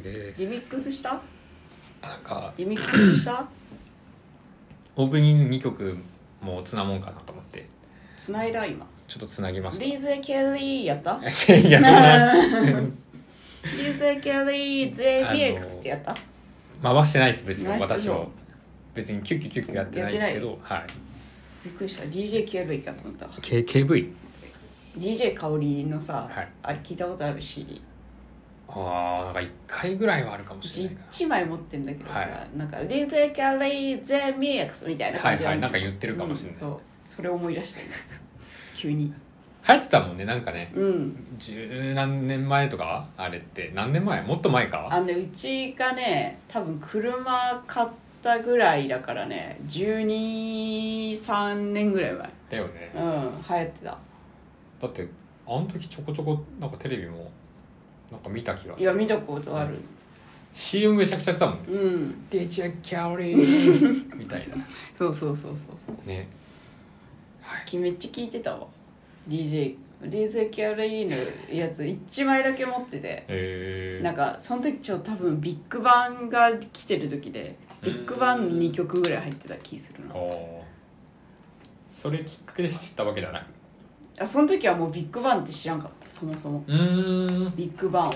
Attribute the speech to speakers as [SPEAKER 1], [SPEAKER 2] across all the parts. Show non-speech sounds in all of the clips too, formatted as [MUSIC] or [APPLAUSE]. [SPEAKER 1] です
[SPEAKER 2] リミックスした
[SPEAKER 1] なんか
[SPEAKER 2] リミックスした
[SPEAKER 1] オープニング2曲もつなもんかなと思って
[SPEAKER 2] 繋いだ今
[SPEAKER 1] ちょっとつなぎまし
[SPEAKER 2] リーゼ・ケリーやった
[SPEAKER 1] たいやそんな
[SPEAKER 2] リーゼ・ケリー JBX ってやった
[SPEAKER 1] 回してないです別に
[SPEAKER 2] ない
[SPEAKER 1] 私も別にキュッキュッキュッキュやってないですけどはい
[SPEAKER 2] びっくりした DJ ケリーかと思った
[SPEAKER 1] K- KV
[SPEAKER 2] DJ 香りのさ、
[SPEAKER 1] はい
[SPEAKER 2] あれ聞いたことある CD
[SPEAKER 1] ああなんか1回ぐらいはあるかもしれないか
[SPEAKER 2] 1枚持ってんだけどさ、
[SPEAKER 1] は
[SPEAKER 2] なんか「DJ キャリー JMX」みたいな感じ
[SPEAKER 1] はいはいなんか言ってるかもしれない
[SPEAKER 2] うんそうそれ思い出した今急
[SPEAKER 1] [LAUGHS]
[SPEAKER 2] に
[SPEAKER 1] な流行ってたもんねなんかね
[SPEAKER 2] うん
[SPEAKER 1] 十何年前とかあれって何年前もっと前か
[SPEAKER 2] あのねうちがね多分車買ったぐらいだからね123年ぐらい前
[SPEAKER 1] だよね
[SPEAKER 2] うん流行ってた
[SPEAKER 1] だってあの時ちょこちょこなんかテレビもなんか見た気が
[SPEAKER 2] い
[SPEAKER 1] す
[SPEAKER 2] や
[SPEAKER 1] る
[SPEAKER 2] 見たことある
[SPEAKER 1] CM めちゃくちゃやってたもんね
[SPEAKER 2] うん
[SPEAKER 1] 「デチャキャオリー」 [LAUGHS] みたいな
[SPEAKER 2] そうそうそうそうそう
[SPEAKER 1] ねはい
[SPEAKER 2] きめっちゃ聞いてたわ DJ DJ キャリーのやつ1枚だけ持ってて
[SPEAKER 1] えー、
[SPEAKER 2] なんかその時ちょ多分ビッグバンが来てる時でビッグバンの2曲ぐらい入ってた気するな
[SPEAKER 1] おーそれきっかけで知ったわけじゃない
[SPEAKER 2] あその時はもうビッグバンって知らんかったそもそも
[SPEAKER 1] うーん
[SPEAKER 2] ビッグバンを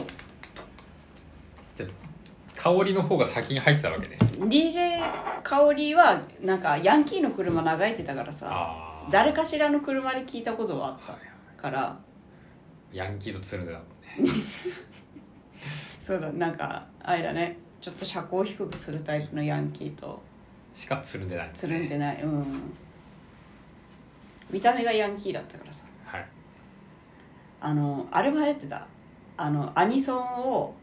[SPEAKER 1] 香りの方が先に入ってたわけね
[SPEAKER 2] DJ 香りはなんかヤンキーの車流れてたからさ
[SPEAKER 1] ああ
[SPEAKER 2] 誰かしらの車で聞いたことはあったから
[SPEAKER 1] ヤンキーとつるんでたもんね
[SPEAKER 2] そうだなんかあれだねちょっと車高を低くするタイプのヤンキーと
[SPEAKER 1] しかつるんでない
[SPEAKER 2] つるんでないうん見た目がヤンキーだったからさ
[SPEAKER 1] はい
[SPEAKER 2] あのあれも流行ってたあのアニソンを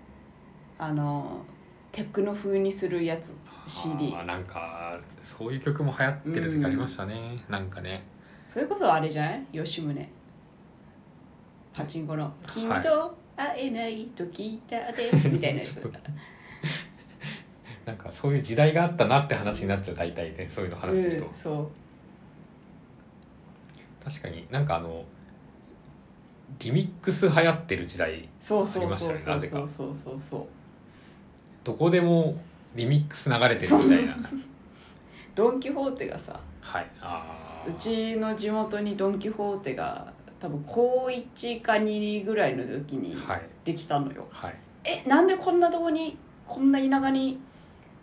[SPEAKER 2] あのテクノ風にするやつ CD
[SPEAKER 1] あーなんかそういう曲も流行ってる時ありましたね、なんかね
[SPEAKER 2] それこそあれじゃない吉宗パチンコの「君と会えないと聞いた
[SPEAKER 1] [LAUGHS]
[SPEAKER 2] で」みたいなや
[SPEAKER 1] ち
[SPEAKER 2] つ
[SPEAKER 1] ょっなんかそういう時代があったなって話になっちゃう大体ねそういうの話すると、
[SPEAKER 2] うん、そ
[SPEAKER 1] 確かになんかあのリミックス流行ってる時代
[SPEAKER 2] うそうそ
[SPEAKER 1] あり
[SPEAKER 2] う
[SPEAKER 1] ました
[SPEAKER 2] そ
[SPEAKER 1] よ
[SPEAKER 2] う
[SPEAKER 1] ね
[SPEAKER 2] そ
[SPEAKER 1] な
[SPEAKER 2] う
[SPEAKER 1] ぜ
[SPEAKER 2] そうそ
[SPEAKER 1] か
[SPEAKER 2] うそうそう
[SPEAKER 1] どこでもリミックス流れてるみたいな
[SPEAKER 2] ドン・キホーテがさ
[SPEAKER 1] はいあー
[SPEAKER 2] うちの地元にドン・キホーテが多分高1か2ぐらいの時に
[SPEAKER 1] はい
[SPEAKER 2] できたのよ、
[SPEAKER 1] はい
[SPEAKER 2] えなんでこんなとこにこんな田舎に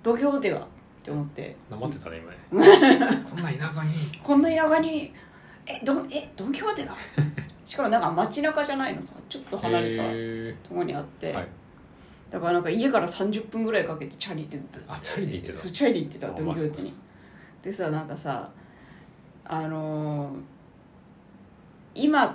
[SPEAKER 2] 土俵でがって思って
[SPEAKER 1] なまってたね
[SPEAKER 2] [LAUGHS]
[SPEAKER 1] 今ねこんな田舎に
[SPEAKER 2] こんな田舎にえどんえドン・キホーテ
[SPEAKER 1] [LAUGHS]
[SPEAKER 2] がしかもなんか街中じゃないのさちょっと離れた
[SPEAKER 1] へ
[SPEAKER 2] とこにあって、
[SPEAKER 1] ーはい
[SPEAKER 2] だからなんか家から30分ぐらいかけてチャリで
[SPEAKER 1] あチャリで行ってた
[SPEAKER 2] そうチャリで行ってた
[SPEAKER 1] あ
[SPEAKER 2] ドン・キホーテにでさなんかさあのー今っ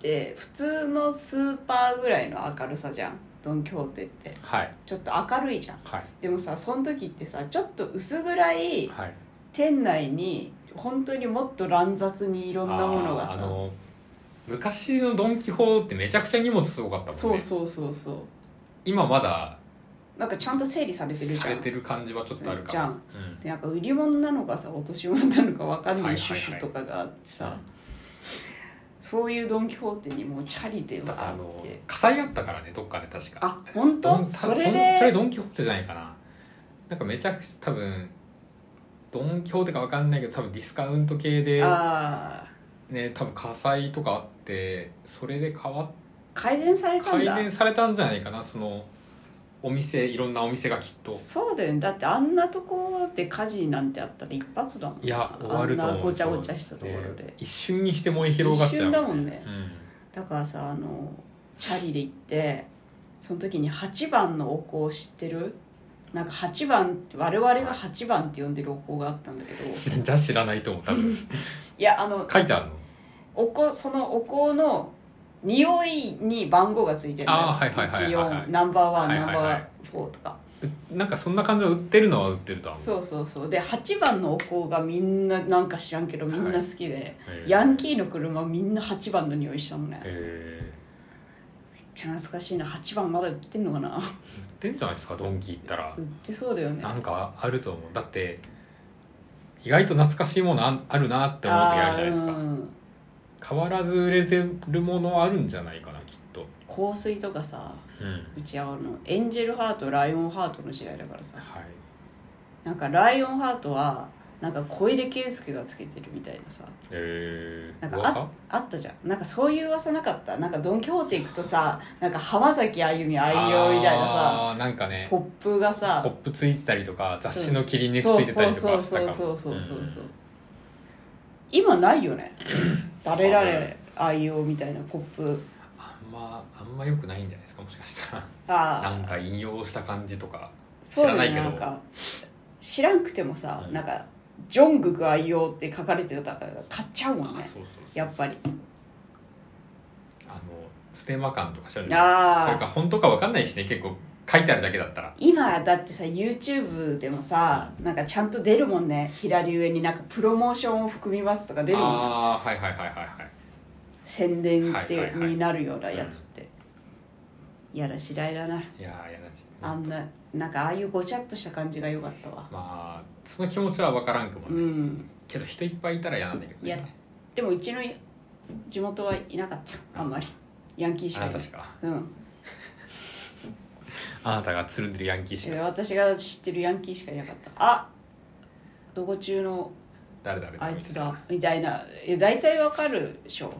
[SPEAKER 2] て普通のスーパーぐらいの明るさじゃんドン・キホーテって
[SPEAKER 1] はい
[SPEAKER 2] ちょっと明るいじゃん
[SPEAKER 1] は
[SPEAKER 2] でもさその時ってさちょっと薄暗
[SPEAKER 1] い
[SPEAKER 2] い
[SPEAKER 1] はい
[SPEAKER 2] 店内に本当にもっと乱雑にいろんなものが
[SPEAKER 1] あ
[SPEAKER 2] さ
[SPEAKER 1] ーあの昔のドン・キホーってめちゃくちゃ荷物すごかったもんね
[SPEAKER 2] そうそうそうそ
[SPEAKER 1] 今まだ
[SPEAKER 2] うなんかちゃんと整理されてるじゃん
[SPEAKER 1] されてる感じはちょっとあるか
[SPEAKER 2] じゃ
[SPEAKER 1] ら
[SPEAKER 2] んでなんか売り物なのかさ落とし物なのかわかん
[SPEAKER 1] は
[SPEAKER 2] ない
[SPEAKER 1] はいいはい
[SPEAKER 2] 種々とかがあってさ、そういうドン・キホーテにもうチャリで
[SPEAKER 1] うん、だ
[SPEAKER 2] わ
[SPEAKER 1] ってあ
[SPEAKER 2] ーっ
[SPEAKER 1] の
[SPEAKER 2] て
[SPEAKER 1] 火災あったからねどっかで確か
[SPEAKER 2] あ本
[SPEAKER 1] ド
[SPEAKER 2] 当
[SPEAKER 1] ン
[SPEAKER 2] それ
[SPEAKER 1] ドンそれ
[SPEAKER 2] で
[SPEAKER 1] ドン・キホーテじゃないかななんかめちゃくちゃ多分ドン・キホーテかわかんないけど多分ディスカウント系で、
[SPEAKER 2] ああ
[SPEAKER 1] ね、多分火災とかあってそれで変わっ
[SPEAKER 2] 改善されたん
[SPEAKER 1] 改
[SPEAKER 2] だ
[SPEAKER 1] 善されたんじゃないかなそのお店いろんなお店がきっと
[SPEAKER 2] そうだよねだってあんなとこで火事なんてあったら一発だもん
[SPEAKER 1] いや終わると思う
[SPEAKER 2] あんなごちゃごちゃしたところで、
[SPEAKER 1] ね一瞬にして燃え広がっ
[SPEAKER 2] 一
[SPEAKER 1] ちゃう
[SPEAKER 2] 瞬だもんね
[SPEAKER 1] うん
[SPEAKER 2] だからさあのチャリで行ってその時に8番のお香を知ってるなんか8番って我々が8番って呼んでるお香があったんだけどい
[SPEAKER 1] じゃあ知らないと思う多分
[SPEAKER 2] やあの
[SPEAKER 1] 書いてあるの
[SPEAKER 2] お香そのお香の匂いに番号がついてるのよ
[SPEAKER 1] あーはいはいはいはいはい
[SPEAKER 2] 14ナンバーワン、
[SPEAKER 1] はいはいはい
[SPEAKER 2] ナンバーフォーとか
[SPEAKER 1] うなんかそんな感じは売ってるのは売ってるとは思う
[SPEAKER 2] そうそうそうで8番のお香がみんななんか知らんけどみんな好きで、
[SPEAKER 1] へ
[SPEAKER 2] ヤンキーの車みんな8番の匂いしたもんねめっ
[SPEAKER 1] へ
[SPEAKER 2] ちゃ懐かしいな8番まだ売ってんのかな
[SPEAKER 1] ー売ってんじゃないですかドンキ行ったら
[SPEAKER 2] 売ってそうだよね
[SPEAKER 1] なんかあると思うだって意外と懐かしいものああるなって思う時あるじゃないです
[SPEAKER 2] あー
[SPEAKER 1] か
[SPEAKER 2] うん
[SPEAKER 1] 変わらず売れてるものあるんじゃないかなきっと
[SPEAKER 2] 香水とかさ
[SPEAKER 1] うん
[SPEAKER 2] うちあのエンジェルハートライオンハートの時代だからさ
[SPEAKER 1] はい
[SPEAKER 2] なんかライオンハートはなんか小出圭介がつけてるみたいなさ
[SPEAKER 1] え
[SPEAKER 2] な
[SPEAKER 1] ー、
[SPEAKER 2] んか
[SPEAKER 1] 噂
[SPEAKER 2] あったじゃんなんかそういう噂なかったなんかドン・キホーテ行くとさなんか浜崎あゆみ愛用みたいなさ
[SPEAKER 1] あーなんかね
[SPEAKER 2] ポップが
[SPEAKER 1] ポッ
[SPEAKER 2] さ
[SPEAKER 1] プついてたりとか雑誌の切り抜きついてたりとかしたかも
[SPEAKER 2] そうそうそうそうそうそう、
[SPEAKER 1] ん
[SPEAKER 2] 今ないよね誰々愛用みたいなポップ
[SPEAKER 1] あんまあんまよくないんじゃないですかもしかしたら
[SPEAKER 2] ああ
[SPEAKER 1] なんか引用した感じとか
[SPEAKER 2] そう
[SPEAKER 1] 知
[SPEAKER 2] だ
[SPEAKER 1] らない
[SPEAKER 2] ね
[SPEAKER 1] けど
[SPEAKER 2] なんか知らんくてもさ、
[SPEAKER 1] うん
[SPEAKER 2] なんか「ジョングク愛用」って書かれてたから買っちゃうもん
[SPEAKER 1] あ
[SPEAKER 2] ね
[SPEAKER 1] そうそうそう
[SPEAKER 2] やっぱり
[SPEAKER 1] あのステマ感とかしゃるそれ
[SPEAKER 2] あ
[SPEAKER 1] か
[SPEAKER 2] あ
[SPEAKER 1] 本当かわかんないしね結構書いてあるだけだったら
[SPEAKER 2] 今だってさ YouTube でもさなんかちゃんと出るもんね左上になんかプロモーションを含みますとか出るもんね
[SPEAKER 1] ああはいはいはいはいはい
[SPEAKER 2] 宣伝って、
[SPEAKER 1] はいはいはい
[SPEAKER 2] になるようなやつって、やらしらいだない
[SPEAKER 1] やーやらしい
[SPEAKER 2] あんななんかああいうごちゃっとした感じが良かったわ
[SPEAKER 1] まあその気持ちは分からんくも
[SPEAKER 2] う
[SPEAKER 1] ね、
[SPEAKER 2] ん
[SPEAKER 1] けど人いっぱいいたら嫌なんだけど
[SPEAKER 2] いや
[SPEAKER 1] ね
[SPEAKER 2] でもうちの地元はいなかったあんまりヤンキーし
[SPEAKER 1] あ
[SPEAKER 2] か
[SPEAKER 1] ない
[SPEAKER 2] な
[SPEAKER 1] た
[SPEAKER 2] い
[SPEAKER 1] しか
[SPEAKER 2] うん、
[SPEAKER 1] あなたがつるんでるヤンキーし
[SPEAKER 2] え
[SPEAKER 1] か
[SPEAKER 2] 私が知ってるヤンキーしかいなかったあどこ中の
[SPEAKER 1] 誰誰
[SPEAKER 2] あ
[SPEAKER 1] だ
[SPEAKER 2] い
[SPEAKER 1] み
[SPEAKER 2] つ
[SPEAKER 1] たい
[SPEAKER 2] だ
[SPEAKER 1] な
[SPEAKER 2] みたいなえ大体わかるでしょ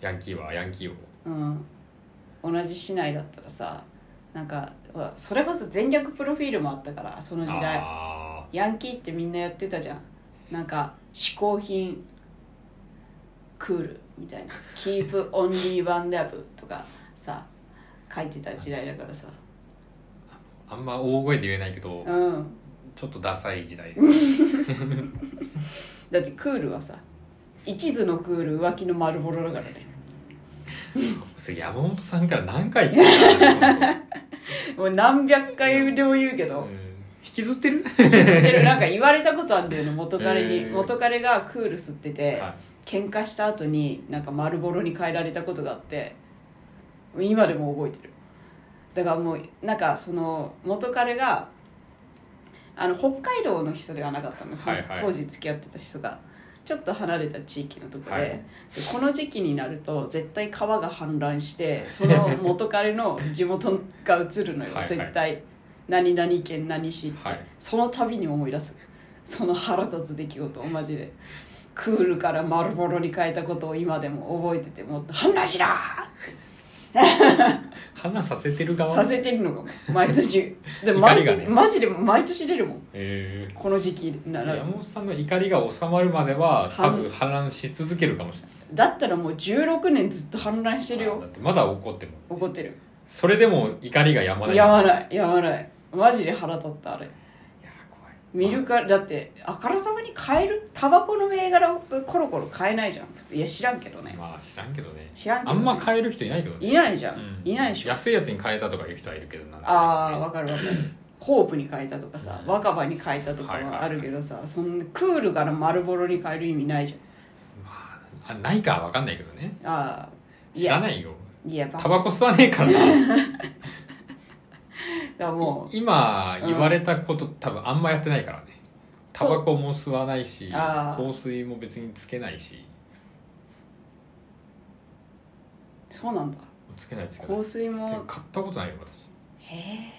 [SPEAKER 1] ヤンキーはヤンキーを
[SPEAKER 2] うん、同じ市内だったらさなんかほらそれこそ全略プロフィールもあったからその時代
[SPEAKER 1] あ
[SPEAKER 2] ヤンキーってみんなやってたじゃんなんか嗜好品クールみたいな「キープオンリーワンラブ」とかさ書いてた時代だからさ
[SPEAKER 1] ーあんま大声で言えないけど、
[SPEAKER 2] うん
[SPEAKER 1] ちょっとダサい時代
[SPEAKER 2] だってクールはさ一途のクール浮気の丸ボロだからね
[SPEAKER 1] それ山本さんから何回聞いたの
[SPEAKER 2] もう何百回でも言うけど、
[SPEAKER 1] うん引きずってる
[SPEAKER 2] でもなんか言われたことあるんだよね元彼に、
[SPEAKER 1] へー
[SPEAKER 2] 元彼がクール吸ってて、
[SPEAKER 1] は
[SPEAKER 2] 喧嘩した後になんか丸ボロに変えられたことがあって今でも覚えてるだからもうなんかその元彼があの北海道の人ではなかったのその
[SPEAKER 1] はいはい
[SPEAKER 2] 当時付き合ってた人がちょっと離れた地域のとこで,、
[SPEAKER 1] はい
[SPEAKER 2] でこの時期になると絶対川が氾濫してその元彼の地元が移るのよ
[SPEAKER 1] [LAUGHS] はいはい
[SPEAKER 2] 絶対何々県何市って、
[SPEAKER 1] はい
[SPEAKER 2] その度に思い出すその腹立つ出来事をマジでクールから丸ボロに変えたことを今でも覚えててもっと「反乱しら!」
[SPEAKER 1] 花させてる側
[SPEAKER 2] させてるのかも毎年でも
[SPEAKER 1] 怒
[SPEAKER 2] 毎
[SPEAKER 1] りが
[SPEAKER 2] 年、
[SPEAKER 1] ね
[SPEAKER 2] マジで毎年出るもん
[SPEAKER 1] え
[SPEAKER 2] この時期
[SPEAKER 1] ー
[SPEAKER 2] な
[SPEAKER 1] それ
[SPEAKER 2] ら
[SPEAKER 1] 山本さんの怒りが収まるまでは多
[SPEAKER 2] は
[SPEAKER 1] 分反乱し続けるかもしれない
[SPEAKER 2] だったらもう16年ずっと反乱してる
[SPEAKER 1] だ
[SPEAKER 2] よ
[SPEAKER 1] ってまだ怒っても
[SPEAKER 2] 怒ってる
[SPEAKER 1] それでも怒りがやまない
[SPEAKER 2] やま
[SPEAKER 1] い
[SPEAKER 2] ないやまないマジで腹立ったあれ
[SPEAKER 1] や怖い
[SPEAKER 2] 見るかだってあからさまに変えるタバコの銘柄をコロコロ変えないじゃん普通いや知らんけどね
[SPEAKER 1] まあ知らんけどね
[SPEAKER 2] 知らんけど、
[SPEAKER 1] あ
[SPEAKER 2] ね、
[SPEAKER 1] んま変える人いないけどね
[SPEAKER 2] いないじゃん、
[SPEAKER 1] うん
[SPEAKER 2] いないでしょ
[SPEAKER 1] 安いやつに変えたとかいう人はいるけどな
[SPEAKER 2] ああわかるわかるホープに変えたとかさ若葉に変えたとか
[SPEAKER 1] はいはいは
[SPEAKER 2] はいあるけどさ、そんなクールから丸ボロに変える意味ないじ
[SPEAKER 1] まああないかわかんないけどね
[SPEAKER 2] ゃんああ
[SPEAKER 1] 知らないよ
[SPEAKER 2] いやば
[SPEAKER 1] タバコ吸わねえからな
[SPEAKER 2] だも
[SPEAKER 1] 今言われたこと多分あんまやってないからねタバコも吸わないし
[SPEAKER 2] あー
[SPEAKER 1] 香水も別につけないし
[SPEAKER 2] うそうなんだ
[SPEAKER 1] つけないつけない
[SPEAKER 2] 香水
[SPEAKER 1] てか
[SPEAKER 2] も
[SPEAKER 1] 買ったことないよ私
[SPEAKER 2] へえ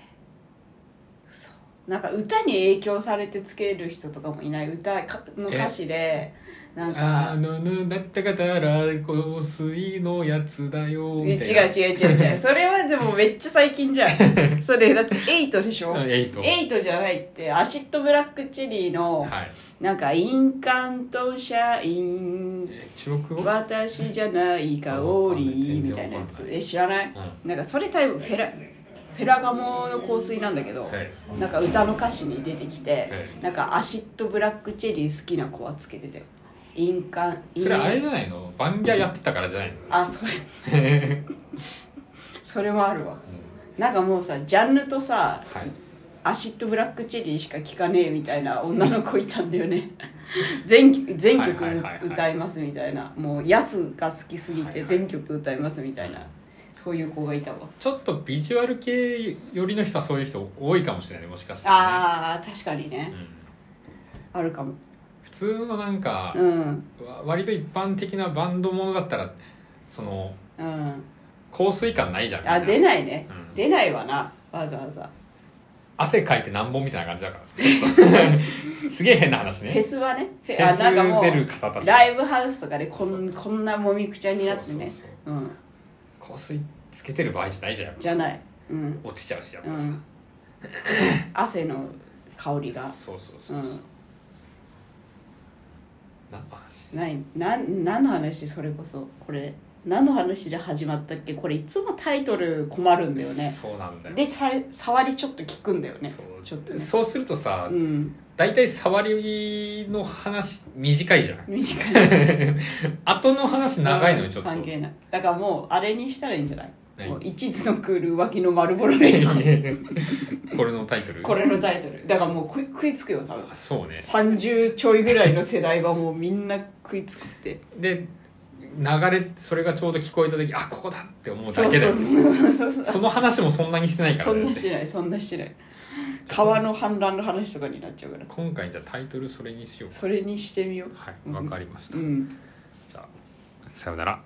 [SPEAKER 2] そうなんか歌に影響されてつける人とかもいない歌かの歌詞でなん
[SPEAKER 1] あ
[SPEAKER 2] か
[SPEAKER 1] のぬだったかたら香水のやつだよ
[SPEAKER 2] え違う
[SPEAKER 1] みたいな
[SPEAKER 2] 違う違う違
[SPEAKER 1] [LAUGHS]
[SPEAKER 2] うそれはでもめっちゃ最近じゃんそれだってエイトでしょ
[SPEAKER 1] うんエイト
[SPEAKER 2] エイトじゃないってアシッドブラックチェリーの、
[SPEAKER 1] はい
[SPEAKER 2] なんか印鑑と社員
[SPEAKER 1] え中国語
[SPEAKER 2] 私じゃない香りみたいなや
[SPEAKER 1] わか
[SPEAKER 2] つ
[SPEAKER 1] んない
[SPEAKER 2] え知らない
[SPEAKER 1] うん
[SPEAKER 2] なんかそれ多分フェラフェラガモの香水なんだけど
[SPEAKER 1] はい
[SPEAKER 2] なんか歌の歌詞に出てき
[SPEAKER 1] は
[SPEAKER 2] て
[SPEAKER 1] い
[SPEAKER 2] なんかアシッドブラックチェリー好きな子はつけてたよ印鑑
[SPEAKER 1] それあれ
[SPEAKER 2] 印
[SPEAKER 1] じゃないのバンギャやってたからじゃないの [LAUGHS]
[SPEAKER 2] あそれそれもあるわ
[SPEAKER 1] う
[SPEAKER 2] なんかもうさジャンルとさ
[SPEAKER 1] んはい
[SPEAKER 2] アシッドブラックチェリーしか聴かねえみたいな女の子いたんだよね全曲全曲
[SPEAKER 1] はいはいはいはい
[SPEAKER 2] 歌いますみたいなもうやつが好きすぎ
[SPEAKER 1] はいは
[SPEAKER 2] て
[SPEAKER 1] い
[SPEAKER 2] 全曲歌いますみたいなそういう子がいたわ
[SPEAKER 1] ちょっとビジュアル系寄りの人はそういう人多いかもしれないもしかしたら、ね
[SPEAKER 2] あー確かに
[SPEAKER 1] う
[SPEAKER 2] ね
[SPEAKER 1] ん、
[SPEAKER 2] あるかも
[SPEAKER 1] 普通のなんか、
[SPEAKER 2] うん
[SPEAKER 1] わ割と一般的なバンドものだったらその
[SPEAKER 2] うん
[SPEAKER 1] 香水感ないじゃんみんな
[SPEAKER 2] あ出ないね、
[SPEAKER 1] うん
[SPEAKER 2] 出ないわなわざわざ
[SPEAKER 1] 汗かいてなんぼみたいな感じ
[SPEAKER 2] [LAUGHS]
[SPEAKER 1] だからさすげえ変な話ね
[SPEAKER 2] フェスはねフ
[SPEAKER 1] フ
[SPEAKER 2] ェ
[SPEAKER 1] ェ
[SPEAKER 2] あなんかも
[SPEAKER 1] ス出る
[SPEAKER 2] う
[SPEAKER 1] 方たち
[SPEAKER 2] ライブハウスとかでこ
[SPEAKER 1] そ
[SPEAKER 2] んこんなもみくちゃになってね
[SPEAKER 1] そうそう
[SPEAKER 2] うん
[SPEAKER 1] そう香水つけてる場合じゃないじゃん
[SPEAKER 2] じゃないうん
[SPEAKER 1] 落ちちゃうしやっ
[SPEAKER 2] う
[SPEAKER 1] ぱさ、
[SPEAKER 2] ん汗の香りが
[SPEAKER 1] そうそう
[SPEAKER 2] う
[SPEAKER 1] そうそう、
[SPEAKER 2] ん
[SPEAKER 1] 何の話
[SPEAKER 2] ないなん何の話それこそこれ何の話で始まったっけこれいつもタイトル困るんだよね
[SPEAKER 1] そうなんだよ
[SPEAKER 2] でさ触りちょっと聞くんだよね
[SPEAKER 1] そう
[SPEAKER 2] ちょっとね
[SPEAKER 1] そうするとさ
[SPEAKER 2] うん
[SPEAKER 1] 大体、触りの話短いじゃ
[SPEAKER 2] [LAUGHS]
[SPEAKER 1] ん
[SPEAKER 2] 短い
[SPEAKER 1] 後の話 [LAUGHS] 長いのよちょっと、
[SPEAKER 2] 関係ないだからもうあれにしたらいいんじゃない
[SPEAKER 1] 何
[SPEAKER 2] もう一途のクール浮気の丸ボロレ
[SPEAKER 1] [LAUGHS]
[SPEAKER 2] イ
[SPEAKER 1] これのタイトル
[SPEAKER 2] これのタイトルだからもう食い食いつくよ多分
[SPEAKER 1] あそうね
[SPEAKER 2] 30ちょいぐらいの世代はもうみんな食いつくって
[SPEAKER 1] で流れそれがちょうど聞こえた時あここだって思う
[SPEAKER 2] そ
[SPEAKER 1] だ
[SPEAKER 2] う
[SPEAKER 1] けだ
[SPEAKER 2] そ
[SPEAKER 1] よ
[SPEAKER 2] うそうそう
[SPEAKER 1] [LAUGHS]
[SPEAKER 2] そう
[SPEAKER 1] その話もそんなにしてないから
[SPEAKER 2] そ
[SPEAKER 1] ね
[SPEAKER 2] んなしないそんなしない川の氾濫の話とかになっちゃうから
[SPEAKER 1] 今回じゃあタイトルそれにしようか
[SPEAKER 2] それにしてみよう
[SPEAKER 1] は
[SPEAKER 2] う
[SPEAKER 1] い
[SPEAKER 2] ん
[SPEAKER 1] わかりました、
[SPEAKER 2] うん
[SPEAKER 1] じゃあさようなら